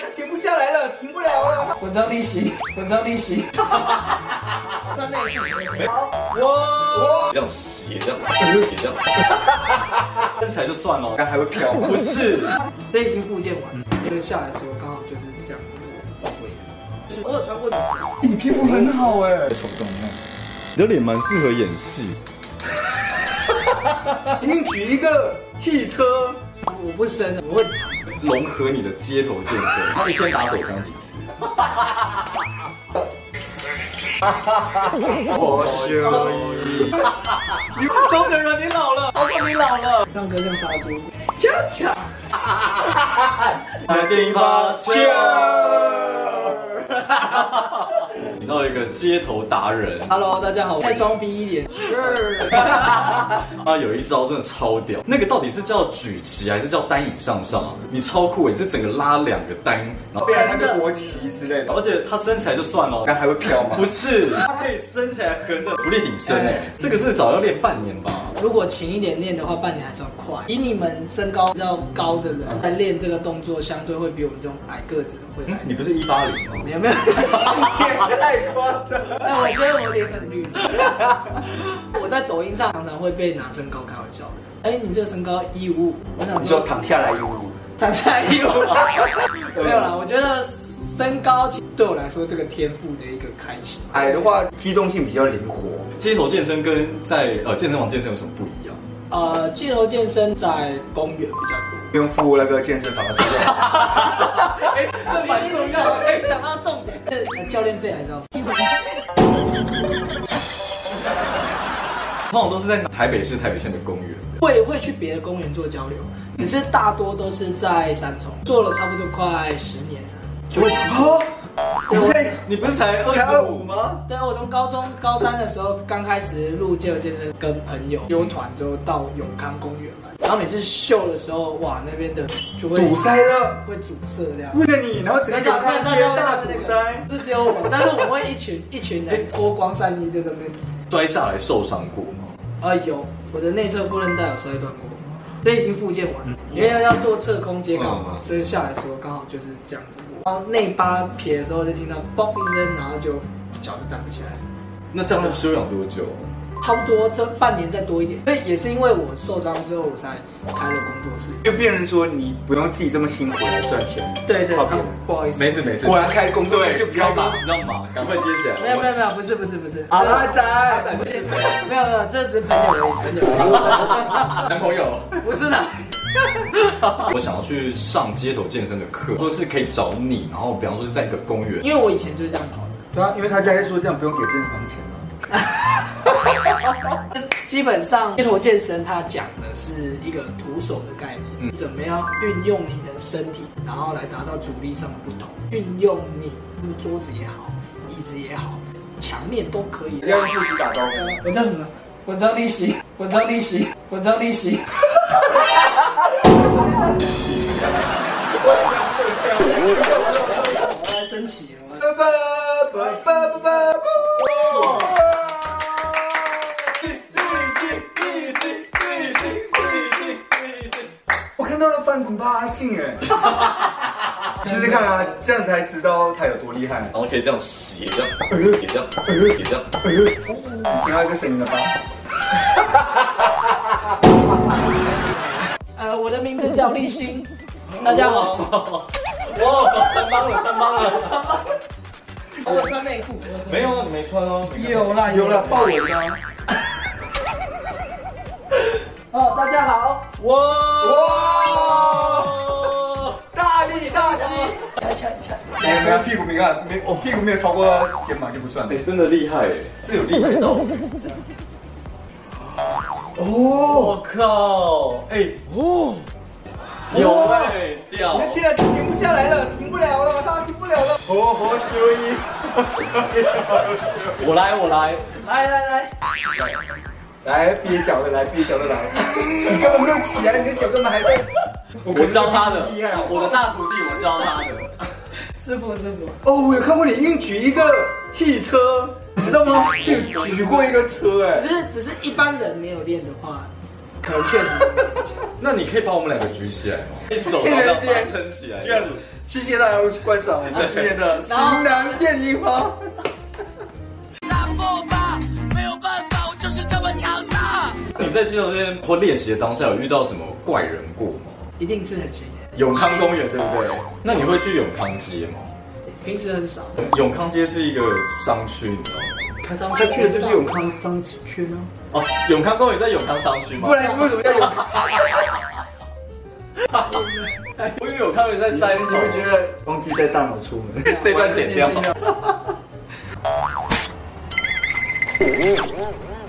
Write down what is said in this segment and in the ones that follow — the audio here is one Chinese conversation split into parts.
了，停不了了。我张力 行，我张力行。穿内裤，哇，这样斜这样，斜 这样，站起来就算了，刚还会飘， 不是？这已经复健完了，这个下来的时候刚好就是这样子我回来。是我有穿过女装，你皮肤很好哎，手动哎，你的脸蛮适合演戏。你举一个汽车，我不生了，我很长。融合你的街头健身，他一天打手枪几次？ 我修你周杰伦，你老了，我说你老了。唱歌像杀猪，恰恰。来电一发，Cheers！请到了一个街头达人， Hello，大家好，再装逼一点。是。 他有一招真的超屌，那个到底是叫举旗还是叫单影向上啊？你超酷欸，你是整个拉两个单，然后变成那个国旗之类的，而且它升起来就算了，那还会飘吗 不？是，它可以升起来横的，不练挺身哎哎，这个至少要练半年吧。如果勤一点练的话，半年还算快。以你们身高比较高的人来练这个动作，相对会比我们这种矮个子的会来嗯。你不是一八零吗？你有没有？太夸张了。哎，我觉得我脸很绿。 我在抖音上常常会被拿身高开玩笑。哎，你这个身高一五五，我想你说说躺下来一五，躺下一五 五。没有啦，我觉得身高其实对我来说这个天赋的一个开启。矮哎的话机动性比较灵活，街头健身跟在呃健身房健身有什么不一样？呃，街头健身在公园比较多。不用付那个健身房的费用。哎，这蛮重要的，哎，讲到重点，那教练费还是要付。通常都是在台北市、台北县的公园。会会去别的公园做交流，只是大多都是在三重，做了差不多快十年了。哦，对我在你不是才二才十五25吗？对我从高中高三的时候刚开始入街头健身，跟朋友纠团之后到永康公园玩，然后每次秀的时候，哇，那边的就会堵塞了，会阻塞这样。为了你，然后整个永康街大堵塞。这只有我，但是我会一群一群人脱光上衣在这边摔下来受伤过吗？啊，有我的内侧副韧带有摔断过，这已经复健完了，因为要做侧空接杠嘛嗯，所以下来的时候刚好就是这样子握。然后内八撇的时候就听到嘣一声，然后就脚就站不起来，那这样要休养多久？差不多这半年再多一点。所以也是因为我受伤之后，我才开了工作室。就变成说你不用自己这么辛苦来赚钱，对对，靠啊别人。不好意思，没事没事，果然开工作对就不要开工忙你知道吗？赶快接起来。没有没有没有，不是不是不是，阿拉仔，我，是谁？没有没有，这只是朋友而已，朋友而男朋友。 已，不是的。我想要去上街头健身的课，说是可以找你，然后比方说是在一个公园，因为我以前就是这样跑的。对啊，因为他家在说这样不用给健身房钱啊。基本上街头健身它讲的是一个徒手的概念，嗯怎么样运用你的身体，然后来达到阻力上的不同，运用你就是桌子也好，椅子也好，墙面都可以。要用腹肌打招呼，我叫什么？我叫利息，我叫利息，我叫利息。我要升旗了。叭叭叭叭叭叭。我看到了反恐八性 哎，试试看啊，这样才知道他有多厉害。然后可以这样斜这样，斜这样，斜这样。哎呦，听到一个声音了吧？呃，我的名字叫立新，大家好。哦哇，三八了，三八了。我穿内裤，我穿没有啊，没穿哦。没有。有啦有了，抱我一下。哦，大家好，哇哇哇！大力大吸，恰恰恰，没有没有屁股没看，没我屁股没有超过肩膀就不算了 哎，，真的厉害哎，这有厉害到。我靠，哎，哦，有哎，屌！天啊，停不下来了，停不了了，他停不了了。活活修一，我来，我来。来来来，来蹩脚的来，蹩脚的来，你根本没有起来，你的脚根本还在。我教他的厉害，啊，我的大徒弟，我教他的。师傅师傅，哦，我有看过你硬举一个汽车，你知道吗？硬举过一个车，哎只，是只是一般人没有练的话，可能确实那你可以把我们两个举起来吗？一手一人一边撑起来，这样子谢谢大家观赏我们今天的《型男电影花》。你在街头那边或练习的当下，有遇到什么怪人过吗？一定是很显眼。永康公园对不对？那你会去永康街吗？平时很少，永康街是一个商区，你知道吗？他去的就是永康商圈哦。哦，永康公园在永康商区吗？不然你为什么要有？哎我以为永康公园在三你重，会觉得忘记带大脑出 门？这段剪掉。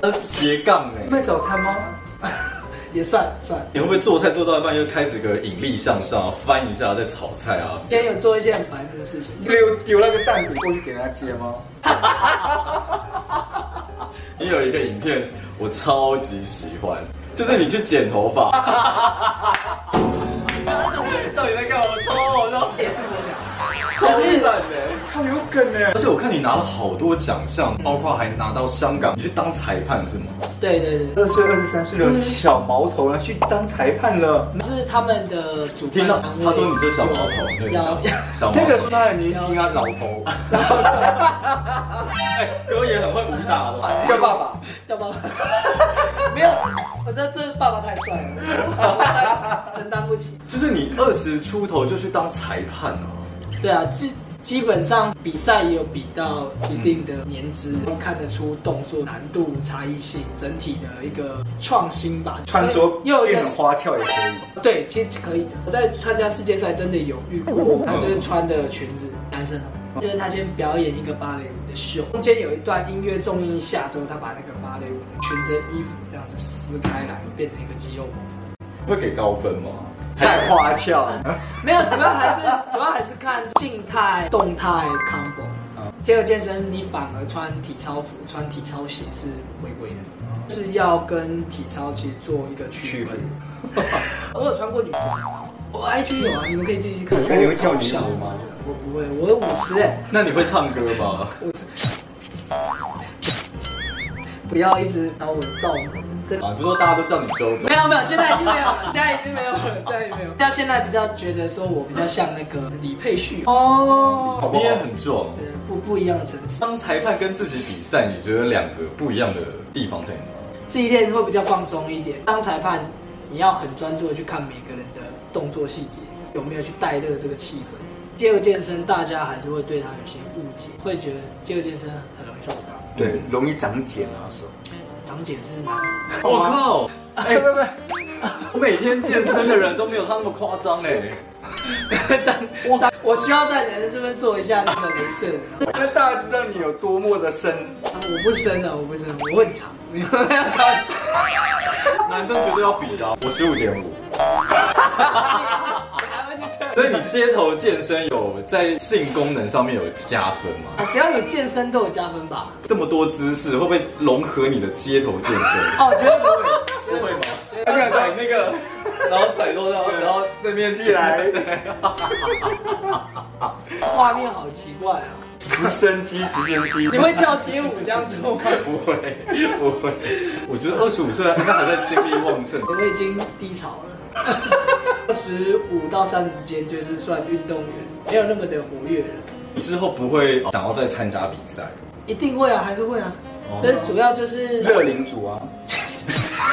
那是斜杠哎、卖早餐吗？ 也算算。你会不会做菜做到一半又开始个引力向上、啊、翻一下再炒菜啊？今天有做一些很白目的事情，丢丢那个蛋饼过去给人家接吗？你有一个影片我超级喜欢，就是你去剪头发。到底在干嘛？超好笑，也是我超赞的、超有梗呢！而且我看你拿了好多奖项，包括还拿到香港，你去当裁判是吗？讲。对对对。二岁、二十三岁的小毛头呢，去当裁判了。是他们的主听办到单位他说你是小毛头，对要要小毛那个说，头他很年轻啊，老头 哎，哥也很会武打的。叫爸爸。 叫爸爸， 没有，我这这爸爸太帅 了，承担不起。就是你二十出头就去当裁判哦、对啊，基基本上比赛也有比到一定的年资，嗯看得出动作难度差异性，整体的一个创新吧。穿着又有一变个得花俏也可以。对，其实可以的。我在参加世界赛真的有遇哦过，他就是穿的裙子，男生啊，就是他先表演一个芭蕾舞的秀，中间有一段音乐重音下之后，他把那个芭蕾舞的裙子衣服这样子撕开来，变成一个肌肉毛。会给高分吗？太花俏，没有，主要还是主要还是看静态、动态 combo。接着健身，你反而穿体操服、穿体操鞋是违规的，是要跟体操其实做一个区分。 我有穿过女装，我 IG 有啊，你们可以自己去看。那哎你会跳女小舞吗？我不会，我有舞池哎、那你会唱歌吗？不要一直把我照顾。真的啊，你不是说大家都叫你周董没有没有，现在已经没有了，现在已经没有了，现在已经没有了。到现在比较觉得说我比较像那个李佩旭哦，好不好？你也很壮。呃不不一样的层次。当裁判跟自己比赛，你觉得两个不一样的地方在哪？自己练会比较放松一点。当裁判，你要很专注的去看每个人的动作细节，有没有去带热这个气氛。肌肉健身，大家还是会对他有些误解，会觉得肌肉健身很容易受伤。对，嗯容易长茧啊，手。长茧是难， 我靠！哎哎，不不，我每天健身的人都没有他那么夸张哎。长长，我需要在人这边做一下那个镭射。 让大家知道你有多么的深。啊我不生了，我不生，我很长。 你们不要开玩 笑男生绝对要比的啊、我十五点五。还会去测 所以你街头健身有在性功能上面有加分吗？啊，只要有健身都有加分吧？这么多姿势会不会融合你的街头健身？哦，绝对不会， 不会吗绝对不会？他想踩那个，然后踩多少，然后这边起来， 对，画面好奇怪啊！直升机，直升机。你会跳街舞这样子吗？不会，不会。我觉得二十五岁应该还在精力旺盛。我已经低潮了，二十五到三十之间就是算运动员，没有那么的活跃了。你之后不会想要再参加比赛？一定会啊，还是会啊哦，所以主要就是热领主啊，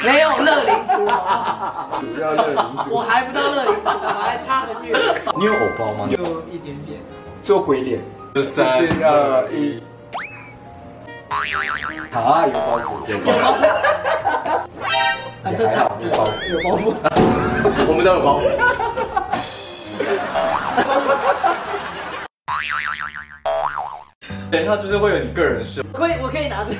没有乐龄族好不好，主要热领我主。还不到乐龄族，我还差很远，你有偶包吗？就一点点。做鬼脸。有三二一，啊，有包袱，有包袱。啊，这还差好没包袱有包 袱。 我们都有包袱。等一下就是会有你个人秀，我可以，我可以拿着，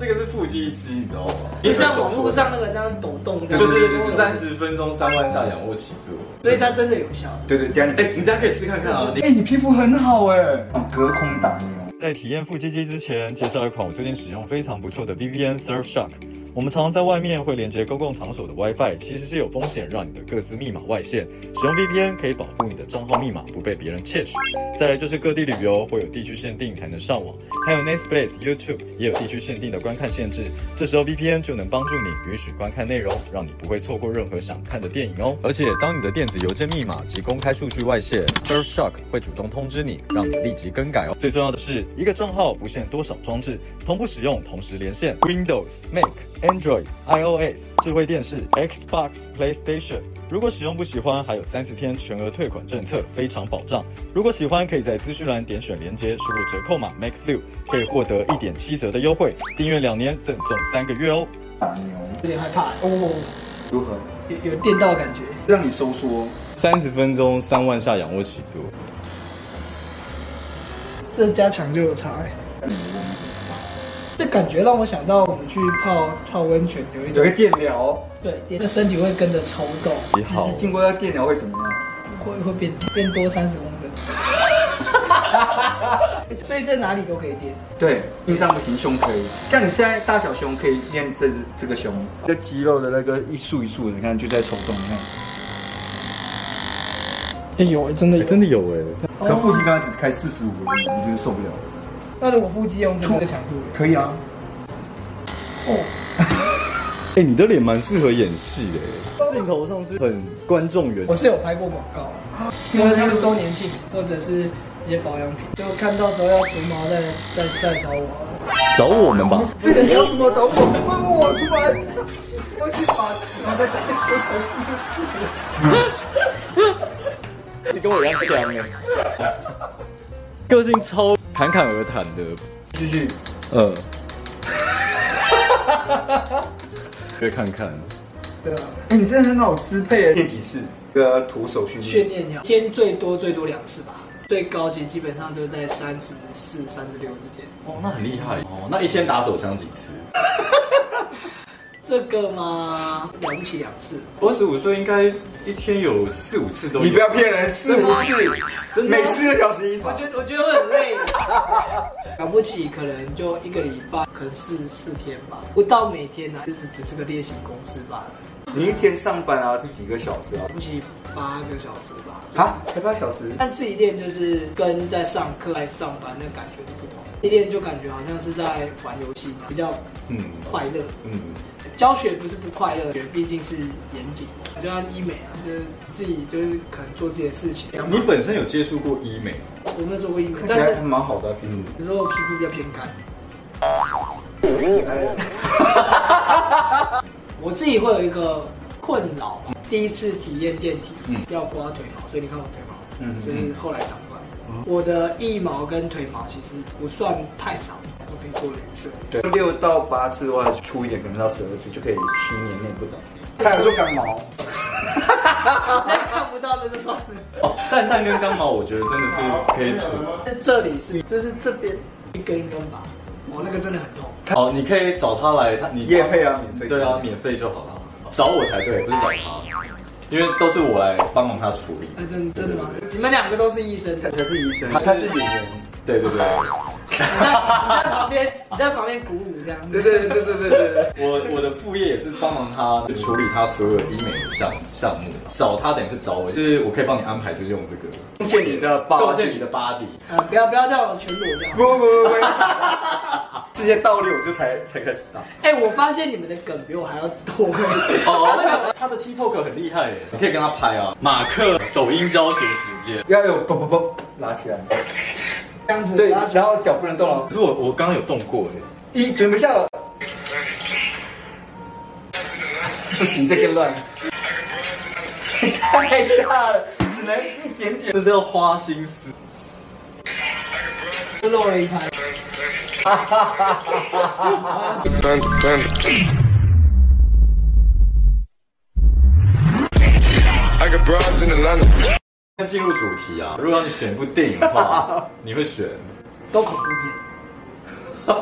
这个是腹肌机，你知道吗？就像网络上那个这样抖动这样，就是三十分钟三万下仰卧起坐。所以它真的有效。对对，等一哎、下你大家可以试看看啊。你。哎，你皮肤很好哎，隔空打你哦。在体验腹肌机之前，介绍一款我最近使用非常不错的 VPN Surfshark。我们常常在外面会连接公共场所的 WiFi，其实是有风险让你的各自密码外泄。使用 VPN 可以保护你的账号密码不被别人窃取。再来就是各地旅游会有地区限定才能上网，还有 Netflix、YouTube 也有地区限定的观看限制。这时候 VPN 就能帮助你允许观看内容，让你不会错过任何想看的电影哦。而且当你的电子邮件密码及公开数据外泄，Surfshark 会主动通知你，让你立即更改哦。最重要的是，一个账号不限多少装置，同步使用，同时连线 Windows、Mac、Android、iOS、智慧电视、Xbox、PlayStation。如果使用不喜欢，还有三十天全额退款政策，非常保障。如果喜欢，可以在资讯栏点选连接，输入折扣码 Max 六，可以获得一点七折的优惠。订阅两年赠送三个月哦。打牛有点害怕哦，如何有有电到的感觉。让你收缩？三十分钟三万下仰卧起坐，这加强就有差哎、让你的温度这感觉让我想到我们去泡泡温泉有一有种个电疗，对，你的身体会跟着抽动，你其好实，经过到电疗会怎么样？会会变变多三十公 分。所以在哪里都可以垫，对，心脏不行，胸可以。像你现在大小胸可以练这只这个胸，这肌肉的那个一束一束的，你看就在抽动，你看。哎有真的有。的有哎、可腹肌刚刚只开四十五个你就是受不了了。那如果腹肌用这个强度，可以啊，哦哎、你的脸蛮适合演戏的、哦镜头上是很观众缘我是有拍过广告，因为他们周年庆或者是一些保养品，就看到时候要除毛再再再找我。啊找我们吧。这个你要怎么找我？放我出来！我去把我的电视是跟我一样强哎、 个性超侃侃而谈的，继续。呃， 可以看看。对啊，哎、你真的很好支配，练几次？个徒手训训练。练一下，天最多最多两次吧，最高级基本上就在三十四、三十六之间。哦，那很厉害哦。那一天打手枪几次？这个嘛，了不起两次，我十五岁应该一天有四五次都有。你不要骗人，四五次，真的每吗四个小时一我场。觉得我觉得会很累。 了不起，可能就一个礼拜，可能四四天吧，不到每天啊，就是只是个例行公事罢了。你一天上班啊是几个小时啊了？不起，八个小时吧。啊，才八小时。但自己练就是跟在上课、在上班那感觉是不同。一练就感觉好像是在玩游戏，比较嗯快乐。嗯，教学不是不快乐，学毕竟是严谨。就像医美啊，就是自己就是可能做自己的事情。你嗯本身有接触过医美？我没有做过医美，看起但来是还蛮好的啊，皮肤。有时候皮肤比较偏干。我自己会有一个困扰吧，第一次体验健体，嗯要刮腿毛，所以你看我腿毛，嗯就是后来长出来的。我的腋毛跟腿毛其实不算太少，我评估了一 次。对，六到八次的话，粗一点可能到十二次就可以七年内不长。他有说感毛，那看不到那就算了。哦，蛋蛋跟钢毛，我觉得真的是可以处。这里是，就是这边一根一根吧，我那个真的很痛。哦，你可以找他来，他你叶配啊，免费。对啊，免费就好了。找我才对，不是找他，因为都是我来帮忙他处理。那哎真真的吗？你们两个都是医 生，他你才是医生，他他他是是演演员。对对对，在你在旁边，你在旁边鼓舞这样。对对对对对对 对。我我的副业也是帮忙他处理他所有医美的项项目。找他等于是找我，就是我可以帮你安排，就用这个贡献你的包，贡献你的 body。呃，不要不要叫我全裸这样。不不不不，这些道理我就才才开始啊打。哎、我发现你们的梗比我还要 多。哦，他的 TikTok 很厉害耶，你可以跟他拍啊。马克抖音教学时间。要有嘣嘣嘣拉起来，这样子，对，然后然后脚不能动了可，是我我刚刚有动过哎，一准备下了，不行，这个乱，太大了，只能一点点。这是要花心思。就露了一拍。 I got broads in Atlanta. 那进入主题啊，如果让你选一部电影的 话，你会选？都恐怖片，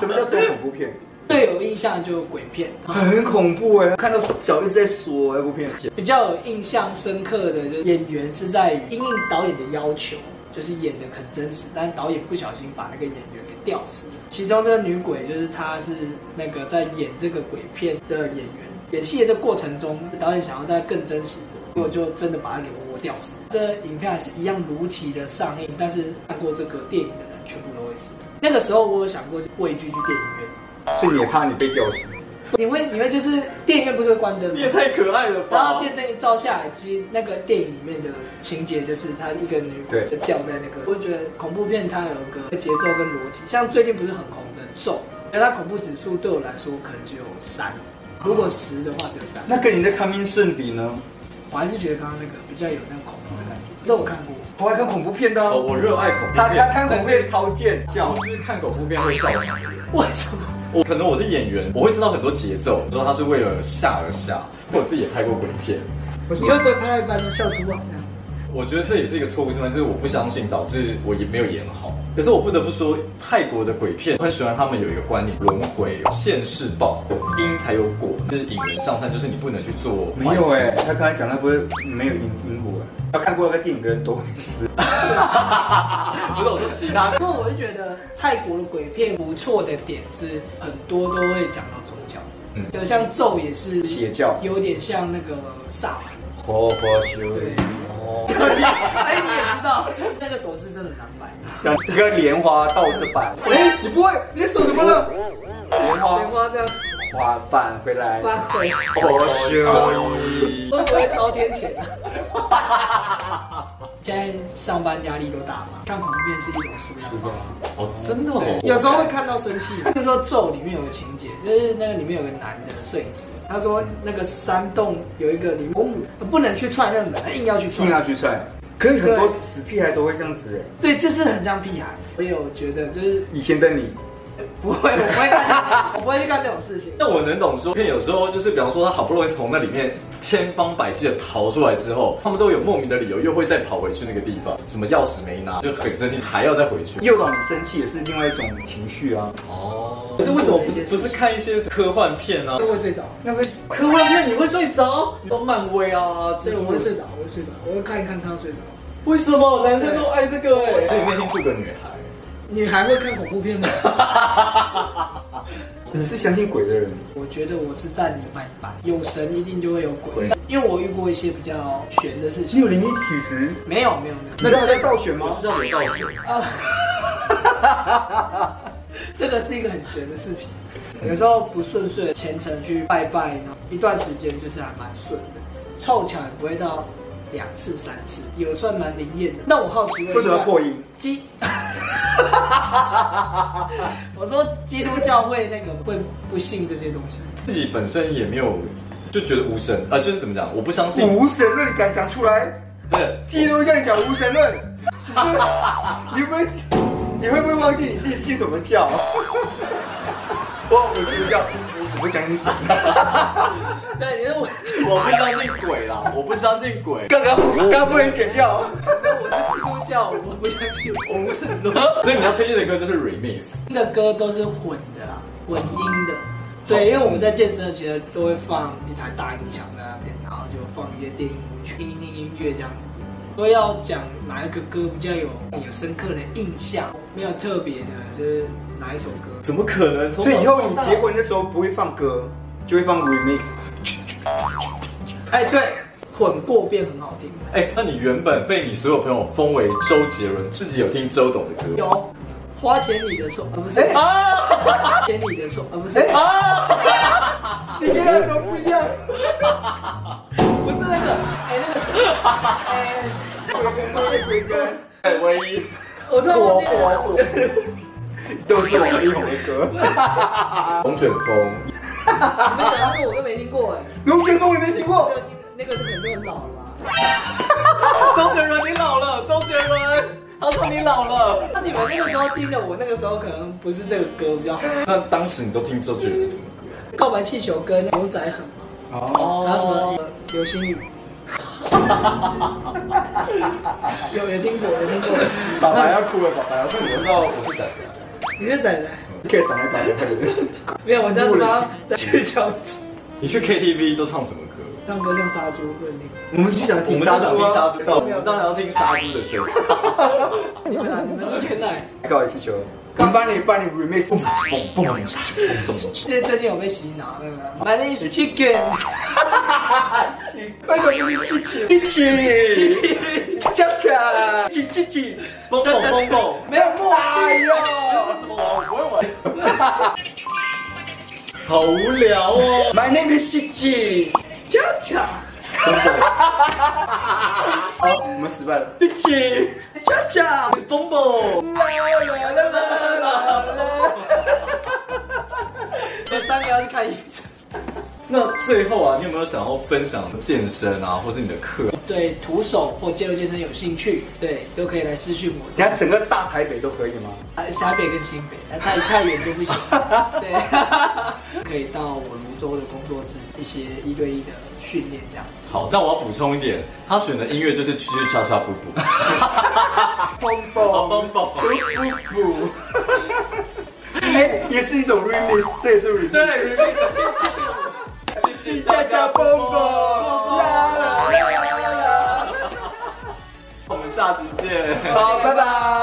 什么叫多恐怖片？最有印象就鬼片，很恐怖哎、看到脚一直在缩哎、部片。比较有印象深刻的就是演员是在于因应导演的要求就是演的很真实，但导演不小心把那个演员给吊死。其中这个女鬼就是她是那个在演这个鬼片的演员，演戏的这个过程中，导演想要再更真实，结果就真的把她给活活吊死。这影片还是一样如期的上映，但是看过这个电影的人全部都会死。那个时候我有想过畏惧去电影院。所以你也怕你被吊死？你会你会就是电影院不是会关灯吗你？也太可爱了然后吧！哦电灯一照下来，其实那个电影里面的情节就是她一个女鬼对就掉在那个，我觉得恐怖片它有一个节奏跟逻辑，像最近不是很红的《咒》，但它恐怖指数对我来说可能只有三，如果十的话只有三，那跟你的康明顺比呢？我还是觉得刚刚那个比较有那个恐怖的感觉。那我看过，我还看恐怖片的、哦，哦，我热爱恐怖大片家，看恐怖片超贱笑但。是看恐怖片会笑场的人。 为什么？我可能我是演员，我会知道很多节奏，我知道他是为了吓而吓。因为我自己也拍过鬼片，你会不会拍到一半都笑出来？我觉得这也是一个错误示范，就是我不相信，导致我也没有演好。可是我不得不说，泰国的鬼片，我很喜欢他们有一个观念：轮回、现世报、因才有果，就是引人上善，就是你不能去做没坏有事哎、他刚才讲那不是没有因因果哎、他看过那个电影的人都会死。不是我说其他。不过我是觉得泰国的鬼片不错的点是，很多都会讲到宗教，嗯嗯，有像咒也是邪教有点像那个萨满。活活修理哦，哎，你也知道那个手势真的很难摆。讲这个莲花倒着摆，哎、你不会，你手怎么了？莲花莲花这样花瓣回来，翻回，活修理。会不会遭天啊谴啊？ 现在上班压力都大嘛，看恐怖片是一种舒压方式。哦，真的对哦，有时候会看到生气。比如说《咒》里面有个情节，就是那个里面有个男的摄影师，他说那个山洞有一个里面不能去踹那个门，他硬要去踹硬。要去踹，可是很多死屁孩都会这样子哎、对，就是很像屁孩。我有觉得就是以前的你，不会，我不会干， 我不会去干这种事情。但我能懂说，因为有时候就是，比方说他好不容易从那里面千方百计的逃出来之后，他们都有莫名的理由，又会再跑回去那个地方，什么钥匙没拿，就很生气，还要再回去。诱导你生气也是另外一种情绪啊。哦，可是为什么不是不是看一些科幻片啊都？会睡着。那个科幻片你会睡着？你说漫威啊，对，这我会睡着，我会睡着，我会看一看他睡着。为什么男生都爱这个、欸？所以内心住个女女孩会看恐 怖片吗？孩。你是相信鬼的人，我觉得我是占一半一半，有神一定就会有鬼鬼，因为我遇过一些比较玄的事你情有。灵异体质，没有没有没有， 你知道我在倒悬吗我？就叫你倒水。这个是一个很玄的事情。有时候不顺遂，虔诚去拜拜，然后一段时间就是还蛮顺的，凑巧也不会到两次三次，有算蛮灵验的。那我好奇问一下，为什么要破音？基， 我说基督教会那个会不信这些东西，自己本身也没有就觉得无神啊、就是怎么讲，我不相信。无神论，你敢讲出来？对，基督教你讲无神论，你是不是你会你会不会忘记你自己信什么教？我我基督教，我我不相信神。 对，你是我，我不相信鬼啦，我不相信鬼。刚刚刚刚不能剪掉。我是基督教，我不相信，我无神论。 所以你要推荐的歌就是 remix。听的歌都是混的啦，混音的。对，因为我们在健身的其实都会放一台大音响在那边，然后就放一些电音舞曲、听一听音乐这样子。说要讲哪一个歌比较有有深刻的印象，没有特别的，就是哪一首歌。怎么可能？所以以后你结婚的时候不会放歌，就会放 remix。哎，对，混过变很好听。哎、那你原本被你所有朋友封为周杰伦，自己有听周董的歌？有花田里的手，而、不是、哎花田里的手，而、不是、哎啊你跟他说不一样，不是那个，哎、那个谁，哎、鬼跟不鬼跟，哎，唯一我突然我忘记了。我我，都是我一红的歌。龙卷风，你们讲过我都没听过哎、龙卷风我没听过那，个听那个是很多人老了吧？周杰伦你老了，周杰伦，他说你老了。那你们那个时候听的，我那个时候可能不是这个歌比较好。那当时你都听周杰伦什么歌？告白气球跟牛仔很嘛，哦，还有什么呃流星雨？ 有有听过，有听过。爸爸要哭了，爸爸要哭我了知，道我是仔仔，你是仔仔？可以闪来打电话。没有，我这样子帮他再去讲。你去 KTV 都唱什么歌？唱歌像杀猪对令。我们就想我听们杀就想猪听杀啊猪，，但我们当然要听杀猪的声音。你们啊，你们是天籁。告白气球，我们帮你帮你 remix，这最近有被洗脑那个，My name is Chicken，拜托你自己自己自己，恰恰自己自己，蹦蹦蹦蹦，没有默哎契。呦，怎么玩？我不会玩。 好无聊 哦。 My name is 自己，恰恰，好，我们失败了，自己恰恰。蹦蹦，每三秒去看一次。那最后啊，你有没有想要分享健身啊，或是你的课？对徒手或肌肉健身有兴趣，对都可以来私讯我。你看整个大台北都可以吗？啊，台北跟新北，啊太太远就不行。对， 可以到我泸州的工作室一些一对一的训练这样。好，那我要补充一点，他选的音乐就是曲曲叉叉布布。 蹦蹦蹦蹦，不， 哎，也是一种 remix，这也是 remix。对，叽叽喳喳蹦蹦，啦啦啦啦啦，我们下次见。好，拜拜。